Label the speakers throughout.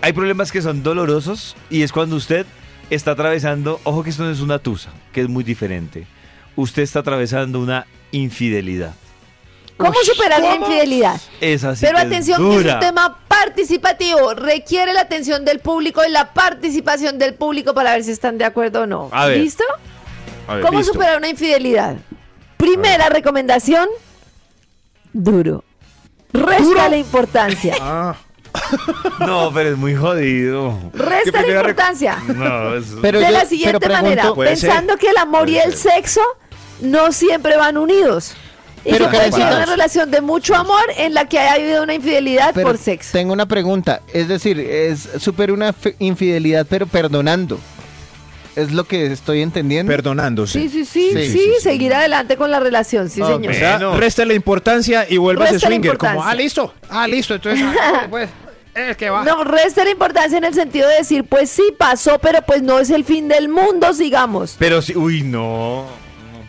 Speaker 1: Hay problemas que son dolorosos y es cuando usted está atravesando, ojo que esto no es una tusa, que es muy diferente. Usted está atravesando una infidelidad.
Speaker 2: ¿Cómo superar la infidelidad?
Speaker 1: Es así.
Speaker 2: Pero
Speaker 1: que es
Speaker 2: atención, que es
Speaker 1: dura.
Speaker 2: un tema participativo. Requiere la atención del público y la participación del público para ver si están de acuerdo o no.
Speaker 1: A ver.
Speaker 2: ¿Listo?
Speaker 3: A ver,
Speaker 2: ¿Cómo
Speaker 3: listo.
Speaker 2: superar una infidelidad? Primera recomendación, duro. Resta la importancia.
Speaker 3: Ah,
Speaker 1: No, pero es muy jodido.
Speaker 3: ¿Qué
Speaker 2: Resta la
Speaker 3: primera reco-
Speaker 2: importancia.
Speaker 1: No, es-
Speaker 4: Pero
Speaker 2: de
Speaker 4: yo-
Speaker 2: la
Speaker 4: pero
Speaker 2: siguiente
Speaker 4: pregunto-
Speaker 2: manera,
Speaker 3: Puede ser.
Speaker 2: pensando que el amor y
Speaker 3: Puede
Speaker 2: el
Speaker 3: ser.
Speaker 2: sexo no siempre van unidos. Y
Speaker 4: Pero,
Speaker 2: que puede ser
Speaker 4: Karencita-
Speaker 2: una relación de mucho amor en la que haya habido una infidelidad
Speaker 4: Pero
Speaker 2: por sexo.
Speaker 4: Tengo una pregunta. Es decir, es super una fe- infidelidad, pero perdonando. Es lo que estoy entendiendo.
Speaker 3: perdonándose.
Speaker 2: Sí, sí, sí, sí,
Speaker 4: Sí, sí, sí,
Speaker 2: seguir adelante con la relación, sí,
Speaker 4: Ah,
Speaker 3: O
Speaker 2: señor.
Speaker 3: sea,
Speaker 1: Bueno.
Speaker 3: resta la importancia y vuelve a ser
Speaker 2: Resta la
Speaker 3: swinger. Como,
Speaker 2: importancia.
Speaker 3: ah, listo. Ah, listo. Entonces, ah, pues, es que va.
Speaker 2: No, resta la importancia en el sentido de decir, pues sí, pasó, pero pues no es el fin del mundo, sigamos.
Speaker 1: Pero sí, uy, no.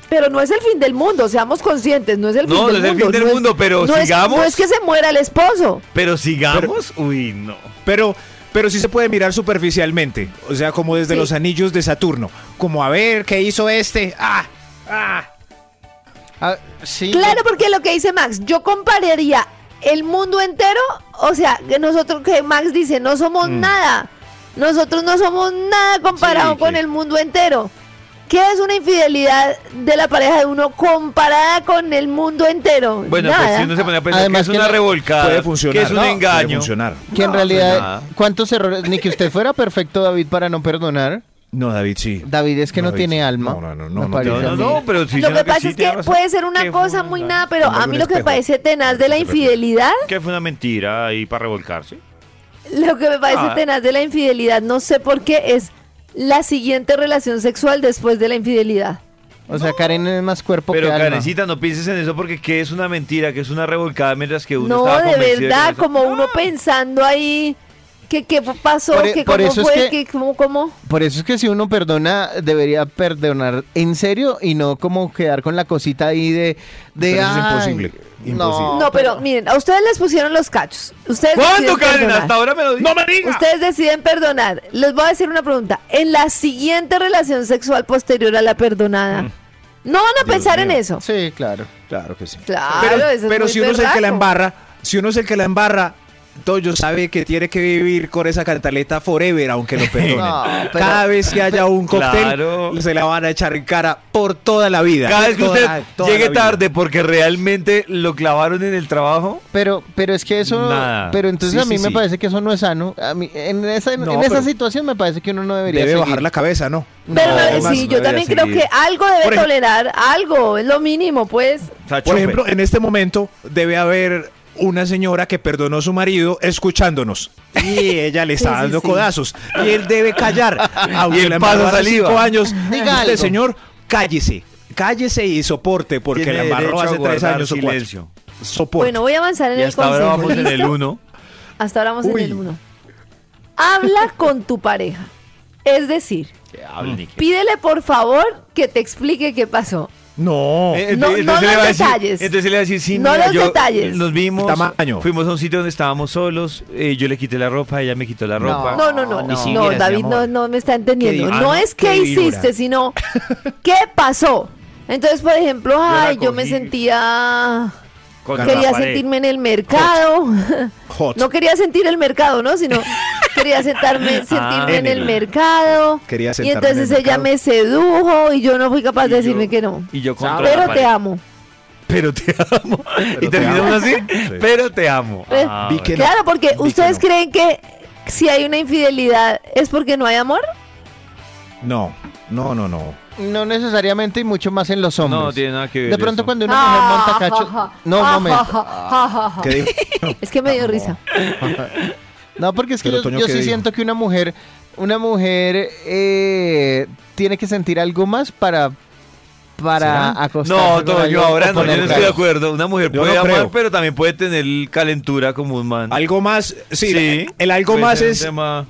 Speaker 2: Pero no es el fin del mundo, seamos conscientes, no es el fin
Speaker 1: No,
Speaker 2: del mundo.
Speaker 1: no es el fin del
Speaker 2: es-
Speaker 1: mundo, pero
Speaker 2: no es-
Speaker 1: sigamos.
Speaker 2: no es que se muera el esposo.
Speaker 1: Pero sigamos, uy, no.
Speaker 3: Pero, pero sí se puede mirar superficialmente. O sea, como desde
Speaker 2: Sí.
Speaker 3: los anillos de Saturno. Como, a ver, ¿qué hizo este? Ah, ah.
Speaker 4: Ah, sí.
Speaker 2: Claro, porque lo que dice Max, yo compararía el mundo entero, o sea, que nosotros, que Max dice, no somos
Speaker 1: Mm.
Speaker 2: nada. Nosotros no somos nada comparado
Speaker 3: Sí,
Speaker 2: con
Speaker 3: sí.
Speaker 2: el mundo entero. ¿Qué es una infidelidad de la pareja de uno comparada con el mundo entero?
Speaker 1: Bueno, pues
Speaker 2: Nada.
Speaker 1: si uno se pone a pensar
Speaker 4: Además
Speaker 1: que
Speaker 4: que
Speaker 1: es una
Speaker 4: no-
Speaker 1: revolcada,
Speaker 3: Puede funcionar.
Speaker 1: que es un
Speaker 3: No, puede
Speaker 1: engaño.
Speaker 3: funcionar.
Speaker 4: Que en
Speaker 2: No,
Speaker 4: realidad,
Speaker 1: pues nada.
Speaker 4: ¿cuántos errores? Ni que usted fuera perfecto, David, para no perdonar.
Speaker 3: No, David, sí.
Speaker 4: David es que no,
Speaker 3: David, sí.
Speaker 4: tiene alma.
Speaker 3: No, no, no,
Speaker 4: me
Speaker 3: no, no
Speaker 4: parece
Speaker 1: No,
Speaker 4: a
Speaker 1: no,
Speaker 4: mí.
Speaker 1: no, pero sí,
Speaker 2: lo
Speaker 1: señora,
Speaker 2: que pasa
Speaker 1: sí,
Speaker 2: es
Speaker 1: tiene
Speaker 2: que
Speaker 1: razón.
Speaker 2: puede ser una
Speaker 1: Que fue
Speaker 2: cosa muy nada, pero
Speaker 3: Como
Speaker 2: a
Speaker 3: un
Speaker 2: mí lo que me
Speaker 3: espejo.
Speaker 2: parece tenaz de la infidelidad,
Speaker 1: Que fue una mentira ahí para revolcarse.
Speaker 2: lo que me parece
Speaker 1: Ah.
Speaker 2: tenaz de la infidelidad, no sé por qué, es la siguiente relación sexual después de la infidelidad.
Speaker 4: O sea, Karen es más cuerpo
Speaker 1: Pero
Speaker 4: que alma.
Speaker 1: Karencita, no pienses en eso porque qué es una mentira, que es una revolcada mientras que uno
Speaker 2: No,
Speaker 1: estaba
Speaker 2: de
Speaker 1: convencido que
Speaker 2: verdad,
Speaker 1: no-
Speaker 2: como uno pensando ahí que qué pasó,
Speaker 4: Por e-
Speaker 2: que
Speaker 4: por
Speaker 2: cómo
Speaker 4: eso es
Speaker 2: fue, que,
Speaker 4: que-
Speaker 2: cómo, cómo.
Speaker 4: Por eso es que si uno perdona, debería perdonar en serio y no como quedar con la cosita ahí de... de
Speaker 3: Pero eso es
Speaker 4: "Ay,
Speaker 3: imposible, imposible".
Speaker 2: No, pero, miren, a ustedes les pusieron los cachos. Ustedes
Speaker 1: ¿Cuándo,
Speaker 2: deciden
Speaker 1: Karen?
Speaker 2: perdonar.
Speaker 1: Hasta ahora me lo ¡No me
Speaker 2: Ustedes deciden perdonar. Les voy a decir una pregunta. En la siguiente relación sexual posterior a la perdonada, no van a
Speaker 3: Dios
Speaker 2: pensar en
Speaker 3: mío.
Speaker 2: eso.
Speaker 4: Sí, claro.
Speaker 3: Claro que sí.
Speaker 2: Claro,
Speaker 3: pero
Speaker 2: Ah, eso es
Speaker 3: pero
Speaker 2: muy
Speaker 3: si uno es el que la
Speaker 2: berraco.
Speaker 3: embarra, si uno es el que la embarra, Toyo sabe que tiene que vivir con esa cantaleta forever, aunque lo perdonen.
Speaker 4: No, pero-
Speaker 3: Cada vez que haya un cóctel,
Speaker 1: Claro.
Speaker 3: se la van a echar en cara por toda la vida.
Speaker 1: Cada vez que
Speaker 3: Toda-
Speaker 1: usted
Speaker 3: toda la
Speaker 1: llegue
Speaker 3: vida.
Speaker 1: tarde porque realmente lo clavaron en el trabajo,
Speaker 4: Pero, pero es que eso...
Speaker 1: Nada.
Speaker 4: Pero entonces
Speaker 3: Sí,
Speaker 4: a mí
Speaker 3: sí,
Speaker 4: me
Speaker 3: sí.
Speaker 4: parece que eso no es sano. A mí, en esa, en
Speaker 3: No,
Speaker 4: esa
Speaker 3: pero-
Speaker 4: situación me parece que uno no debería
Speaker 3: Debe
Speaker 4: seguir.
Speaker 3: bajar la cabeza, ¿no?
Speaker 2: Pero
Speaker 1: No,
Speaker 2: no,
Speaker 1: además
Speaker 2: sí,
Speaker 1: no
Speaker 2: yo
Speaker 1: debería
Speaker 2: también creo
Speaker 1: seguir.
Speaker 2: que algo debe
Speaker 3: Por ej-
Speaker 2: tolerar, algo, es lo mínimo, pues.
Speaker 1: o sea,
Speaker 3: Por
Speaker 1: chupe.
Speaker 3: ejemplo, en este momento debe haber una señora que perdonó a su marido escuchándonos. Y ella le está
Speaker 2: Sí, sí,
Speaker 3: dando
Speaker 2: sí.
Speaker 3: codazos. Y él debe callar. Aunque
Speaker 1: él
Speaker 3: la
Speaker 1: pasa
Speaker 3: embarró hace
Speaker 1: saliva.
Speaker 3: cinco años.
Speaker 4: Diga
Speaker 3: usted,
Speaker 4: algo.
Speaker 3: señor, cállese. Cállese y soporte, porque
Speaker 1: Tiene
Speaker 3: la embarró
Speaker 1: derecho a
Speaker 3: hace tres
Speaker 1: guardar
Speaker 3: años o cuatro.
Speaker 1: silencio.
Speaker 3: Soporte.
Speaker 2: Bueno, voy a avanzar en
Speaker 1: Y
Speaker 2: el
Speaker 1: hasta ahora
Speaker 2: consejo.
Speaker 1: vamos en el
Speaker 2: ¿listo?
Speaker 1: uno.
Speaker 2: Hasta ahora vamos
Speaker 3: Uy.
Speaker 2: en el uno. Habla con tu pareja. Es decir,
Speaker 1: Que hable, Nicky.
Speaker 2: pídele por favor que te explique qué pasó.
Speaker 3: no.
Speaker 1: Eh,
Speaker 2: No-
Speaker 1: ente-
Speaker 2: no
Speaker 1: le
Speaker 2: los
Speaker 1: va a decir-
Speaker 2: detalles.
Speaker 1: entonces le va a decir, sí,
Speaker 2: No
Speaker 1: mira,
Speaker 2: los
Speaker 1: yo-
Speaker 2: detalles.
Speaker 1: Nos vimos,
Speaker 3: Tamaño.
Speaker 1: fuimos a un sitio donde estábamos solos, eh, yo le quité la ropa, ella me quitó la
Speaker 4: No.
Speaker 1: ropa.
Speaker 2: No, no, no,
Speaker 4: no.
Speaker 2: no,
Speaker 4: Sí,
Speaker 3: mira, mi
Speaker 2: David no,
Speaker 3: amor.
Speaker 2: no me está entendiendo.
Speaker 3: Qué di-
Speaker 2: no
Speaker 3: ah,
Speaker 2: es qué
Speaker 3: qué víbora.
Speaker 2: hiciste, sino qué pasó. Entonces, por ejemplo,
Speaker 1: la
Speaker 2: ay, yo me
Speaker 1: cogí.
Speaker 2: sentía
Speaker 1: Contra la
Speaker 2: quería
Speaker 1: pared.
Speaker 2: sentirme en el mercado.
Speaker 3: Hot.
Speaker 2: No quería sentir el mercado, ¿no? Sino quería sentarme, sentirme en
Speaker 3: en
Speaker 2: el
Speaker 3: el-
Speaker 2: mercado.
Speaker 3: Quería
Speaker 2: y
Speaker 3: sentarme en el
Speaker 2: entonces ella
Speaker 3: mercado.
Speaker 2: me sedujo y yo no fui capaz de
Speaker 1: Y
Speaker 2: decirme
Speaker 1: yo-
Speaker 2: que no.
Speaker 1: Y yo contra la
Speaker 2: Pero te
Speaker 1: pared.
Speaker 2: amo.
Speaker 1: Pero te amo. y
Speaker 3: te
Speaker 1: terminamos
Speaker 3: amo.
Speaker 1: así.
Speaker 3: Sí.
Speaker 1: Pero te amo.
Speaker 2: Pero-
Speaker 1: Ah,
Speaker 3: Vi que
Speaker 1: bueno.
Speaker 3: no.
Speaker 2: Claro, porque
Speaker 3: que
Speaker 2: ustedes
Speaker 3: no.
Speaker 2: creen que si hay una infidelidad es porque no hay amor.
Speaker 3: No, no, no, no.
Speaker 4: No necesariamente y mucho más en los hombres.
Speaker 1: No, tiene nada que ver
Speaker 4: De pronto
Speaker 1: eso.
Speaker 4: cuando una mujer
Speaker 2: Ah,
Speaker 4: monta cacho... No, un momento.
Speaker 3: ¿Qué dijo?
Speaker 2: Es que me dio Ah. risa.
Speaker 4: No, porque es que
Speaker 3: Pero,
Speaker 4: yo,
Speaker 3: Toño,
Speaker 4: yo
Speaker 3: ¿qué
Speaker 4: sí
Speaker 3: dijo?
Speaker 4: siento que una mujer... Una mujer eh, tiene que sentir algo más para... Para
Speaker 3: ¿Será?
Speaker 4: acostarse
Speaker 1: No,
Speaker 4: con
Speaker 1: todo,
Speaker 4: alguien
Speaker 1: yo ahora no,
Speaker 4: o
Speaker 1: yo
Speaker 4: poner
Speaker 1: no estoy de
Speaker 4: cara.
Speaker 1: acuerdo. Una mujer
Speaker 3: Yo
Speaker 1: puede
Speaker 3: no
Speaker 1: amar,
Speaker 3: creo.
Speaker 1: pero también puede tener calentura como un man.
Speaker 3: Algo más, sí, el algo
Speaker 1: puede
Speaker 3: más
Speaker 1: ser un
Speaker 3: es
Speaker 1: tema-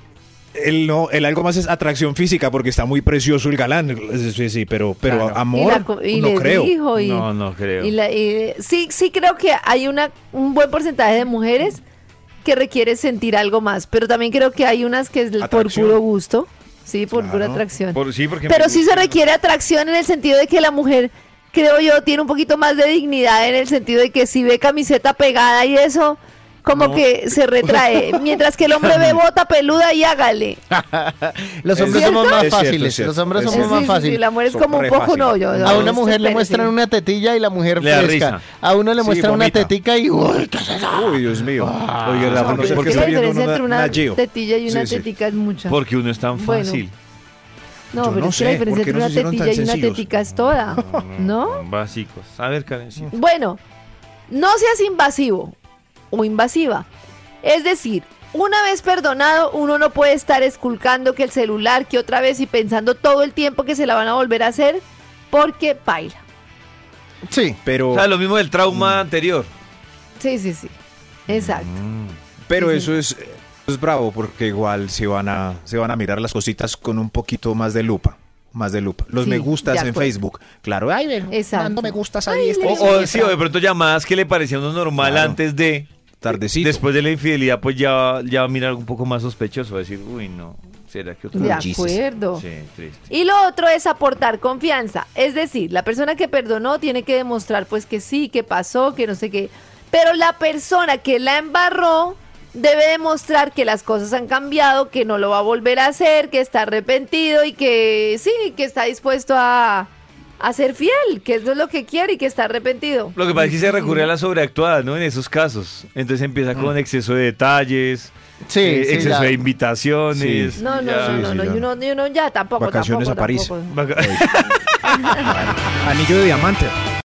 Speaker 3: el no, el algo más es atracción física porque está muy precioso el galán, sí, sí, pero pero
Speaker 1: Claro.
Speaker 2: Y,
Speaker 3: amor
Speaker 2: la co- y
Speaker 3: no
Speaker 2: le
Speaker 3: creo.
Speaker 2: dijo y,
Speaker 1: No, no creo.
Speaker 2: y la- y- sí, sí creo que hay una, un buen porcentaje de mujeres que requiere sentir algo más, pero también creo que hay unas que es por
Speaker 3: Atracción.
Speaker 2: puro gusto, sí, por pura
Speaker 3: Claro.
Speaker 2: atracción.
Speaker 1: Por- sí, porque
Speaker 2: Pero
Speaker 1: me
Speaker 2: sí se
Speaker 1: gusta.
Speaker 2: requiere atracción en el sentido de que la mujer, creo yo, tiene un poquito más de dignidad en el sentido de que si ve camiseta pegada y eso, como
Speaker 3: No.
Speaker 2: que se retrae. Mientras que el hombre ve bota peluda y hágale.
Speaker 4: Los
Speaker 3: Es
Speaker 4: hombres
Speaker 2: cierto,
Speaker 4: somos
Speaker 3: es
Speaker 4: más
Speaker 3: cierto,
Speaker 4: fáciles.
Speaker 3: es cierto,
Speaker 4: Los hombres
Speaker 3: es
Speaker 4: somos
Speaker 3: cierto.
Speaker 4: más
Speaker 2: Sí, sí, sí,
Speaker 4: fáciles.
Speaker 2: la mujer es
Speaker 3: Son
Speaker 2: como un
Speaker 3: re
Speaker 2: poco no.
Speaker 3: fácil.
Speaker 2: Yo,
Speaker 4: A una
Speaker 2: no,
Speaker 4: mujer le
Speaker 2: espere,
Speaker 4: muestran
Speaker 2: sí.
Speaker 4: una tetilla y la mujer
Speaker 1: Le da
Speaker 4: fresca.
Speaker 1: risa.
Speaker 4: A uno le
Speaker 3: Sí,
Speaker 4: muestran una
Speaker 3: vomita.
Speaker 4: tetica y uy, ¿qué es eso?
Speaker 3: Uy, Dios mío.
Speaker 1: Oiga, la
Speaker 3: Ah,
Speaker 1: no
Speaker 2: Porque
Speaker 1: sé por
Speaker 2: es
Speaker 1: qué
Speaker 2: que la
Speaker 1: estoy
Speaker 2: diferencia entre una
Speaker 3: Gio.
Speaker 2: tetilla y una
Speaker 3: Sí, sí.
Speaker 2: tetica es mucha.
Speaker 1: Porque uno es tan
Speaker 2: Bueno.
Speaker 1: fácil.
Speaker 2: No,
Speaker 3: Yo
Speaker 2: pero
Speaker 3: no
Speaker 2: es que la
Speaker 3: sé,
Speaker 2: diferencia
Speaker 3: ¿por qué
Speaker 2: entre
Speaker 3: no
Speaker 2: una
Speaker 3: se hicieron tan
Speaker 2: tetilla y una
Speaker 3: sencillos?
Speaker 2: tetica es toda, ¿no?
Speaker 1: Básicos. A ver, Karencita.
Speaker 2: Bueno, no seas invasivo o invasiva. Es decir, una vez perdonado, uno no puede estar esculcando que el celular, que otra vez y pensando todo el tiempo que se la van a volver a hacer, porque baila.
Speaker 4: Sí.
Speaker 1: O
Speaker 3: Pero,
Speaker 1: sea, lo mismo del
Speaker 3: Mm.
Speaker 1: trauma anterior.
Speaker 2: Sí, sí, sí. Exacto.
Speaker 3: pero
Speaker 2: sí,
Speaker 3: eso es, es bravo porque igual se van, a, se van a mirar las cositas con un poquito más de lupa. Más de lupa. Los
Speaker 2: Sí,
Speaker 3: me
Speaker 2: de
Speaker 3: gustas en
Speaker 2: acuerdo.
Speaker 3: Facebook. Claro, ay, ve,
Speaker 2: Exacto.
Speaker 3: dando me gustas
Speaker 2: Ay,
Speaker 3: ahí.
Speaker 1: O,
Speaker 3: este,
Speaker 2: le-
Speaker 1: o sí, o de pronto llamadas que le parecía a uno normal
Speaker 3: Claro.
Speaker 1: antes de.
Speaker 3: Tardecito.
Speaker 1: Después de la infidelidad, pues ya, ya va a mirar un poco más sospechoso. Va a decir, uy, no. ¿Será que otra
Speaker 2: De
Speaker 1: vez?"
Speaker 2: acuerdo.
Speaker 1: Mm, Sí, triste.
Speaker 2: Y lo otro es aportar confianza. Es decir, la persona que perdonó tiene que demostrar pues que sí, que pasó, que no sé qué. Pero la persona que la embarró debe demostrar que las cosas han cambiado, que no lo va a volver a hacer, que está arrepentido y que sí, que está dispuesto a, a ser fiel, que eso es lo que quiere y que está arrepentido.
Speaker 1: Lo que pasa es que se recurre a la sobreactuada, ¿no? En esos casos. Entonces empieza
Speaker 2: Mm.
Speaker 1: con exceso de detalles,
Speaker 4: Sí,
Speaker 1: eh,
Speaker 4: sí,
Speaker 1: exceso
Speaker 4: la-
Speaker 1: de invitaciones.
Speaker 2: No, no,
Speaker 1: ya-
Speaker 2: no, no,
Speaker 3: sí,
Speaker 2: no,
Speaker 3: ya
Speaker 2: y uno, y uno ya tampoco.
Speaker 3: Vacaciones
Speaker 2: tampoco,
Speaker 3: a París.
Speaker 2: tampoco.
Speaker 1: Vaca-
Speaker 3: Anillo de diamante.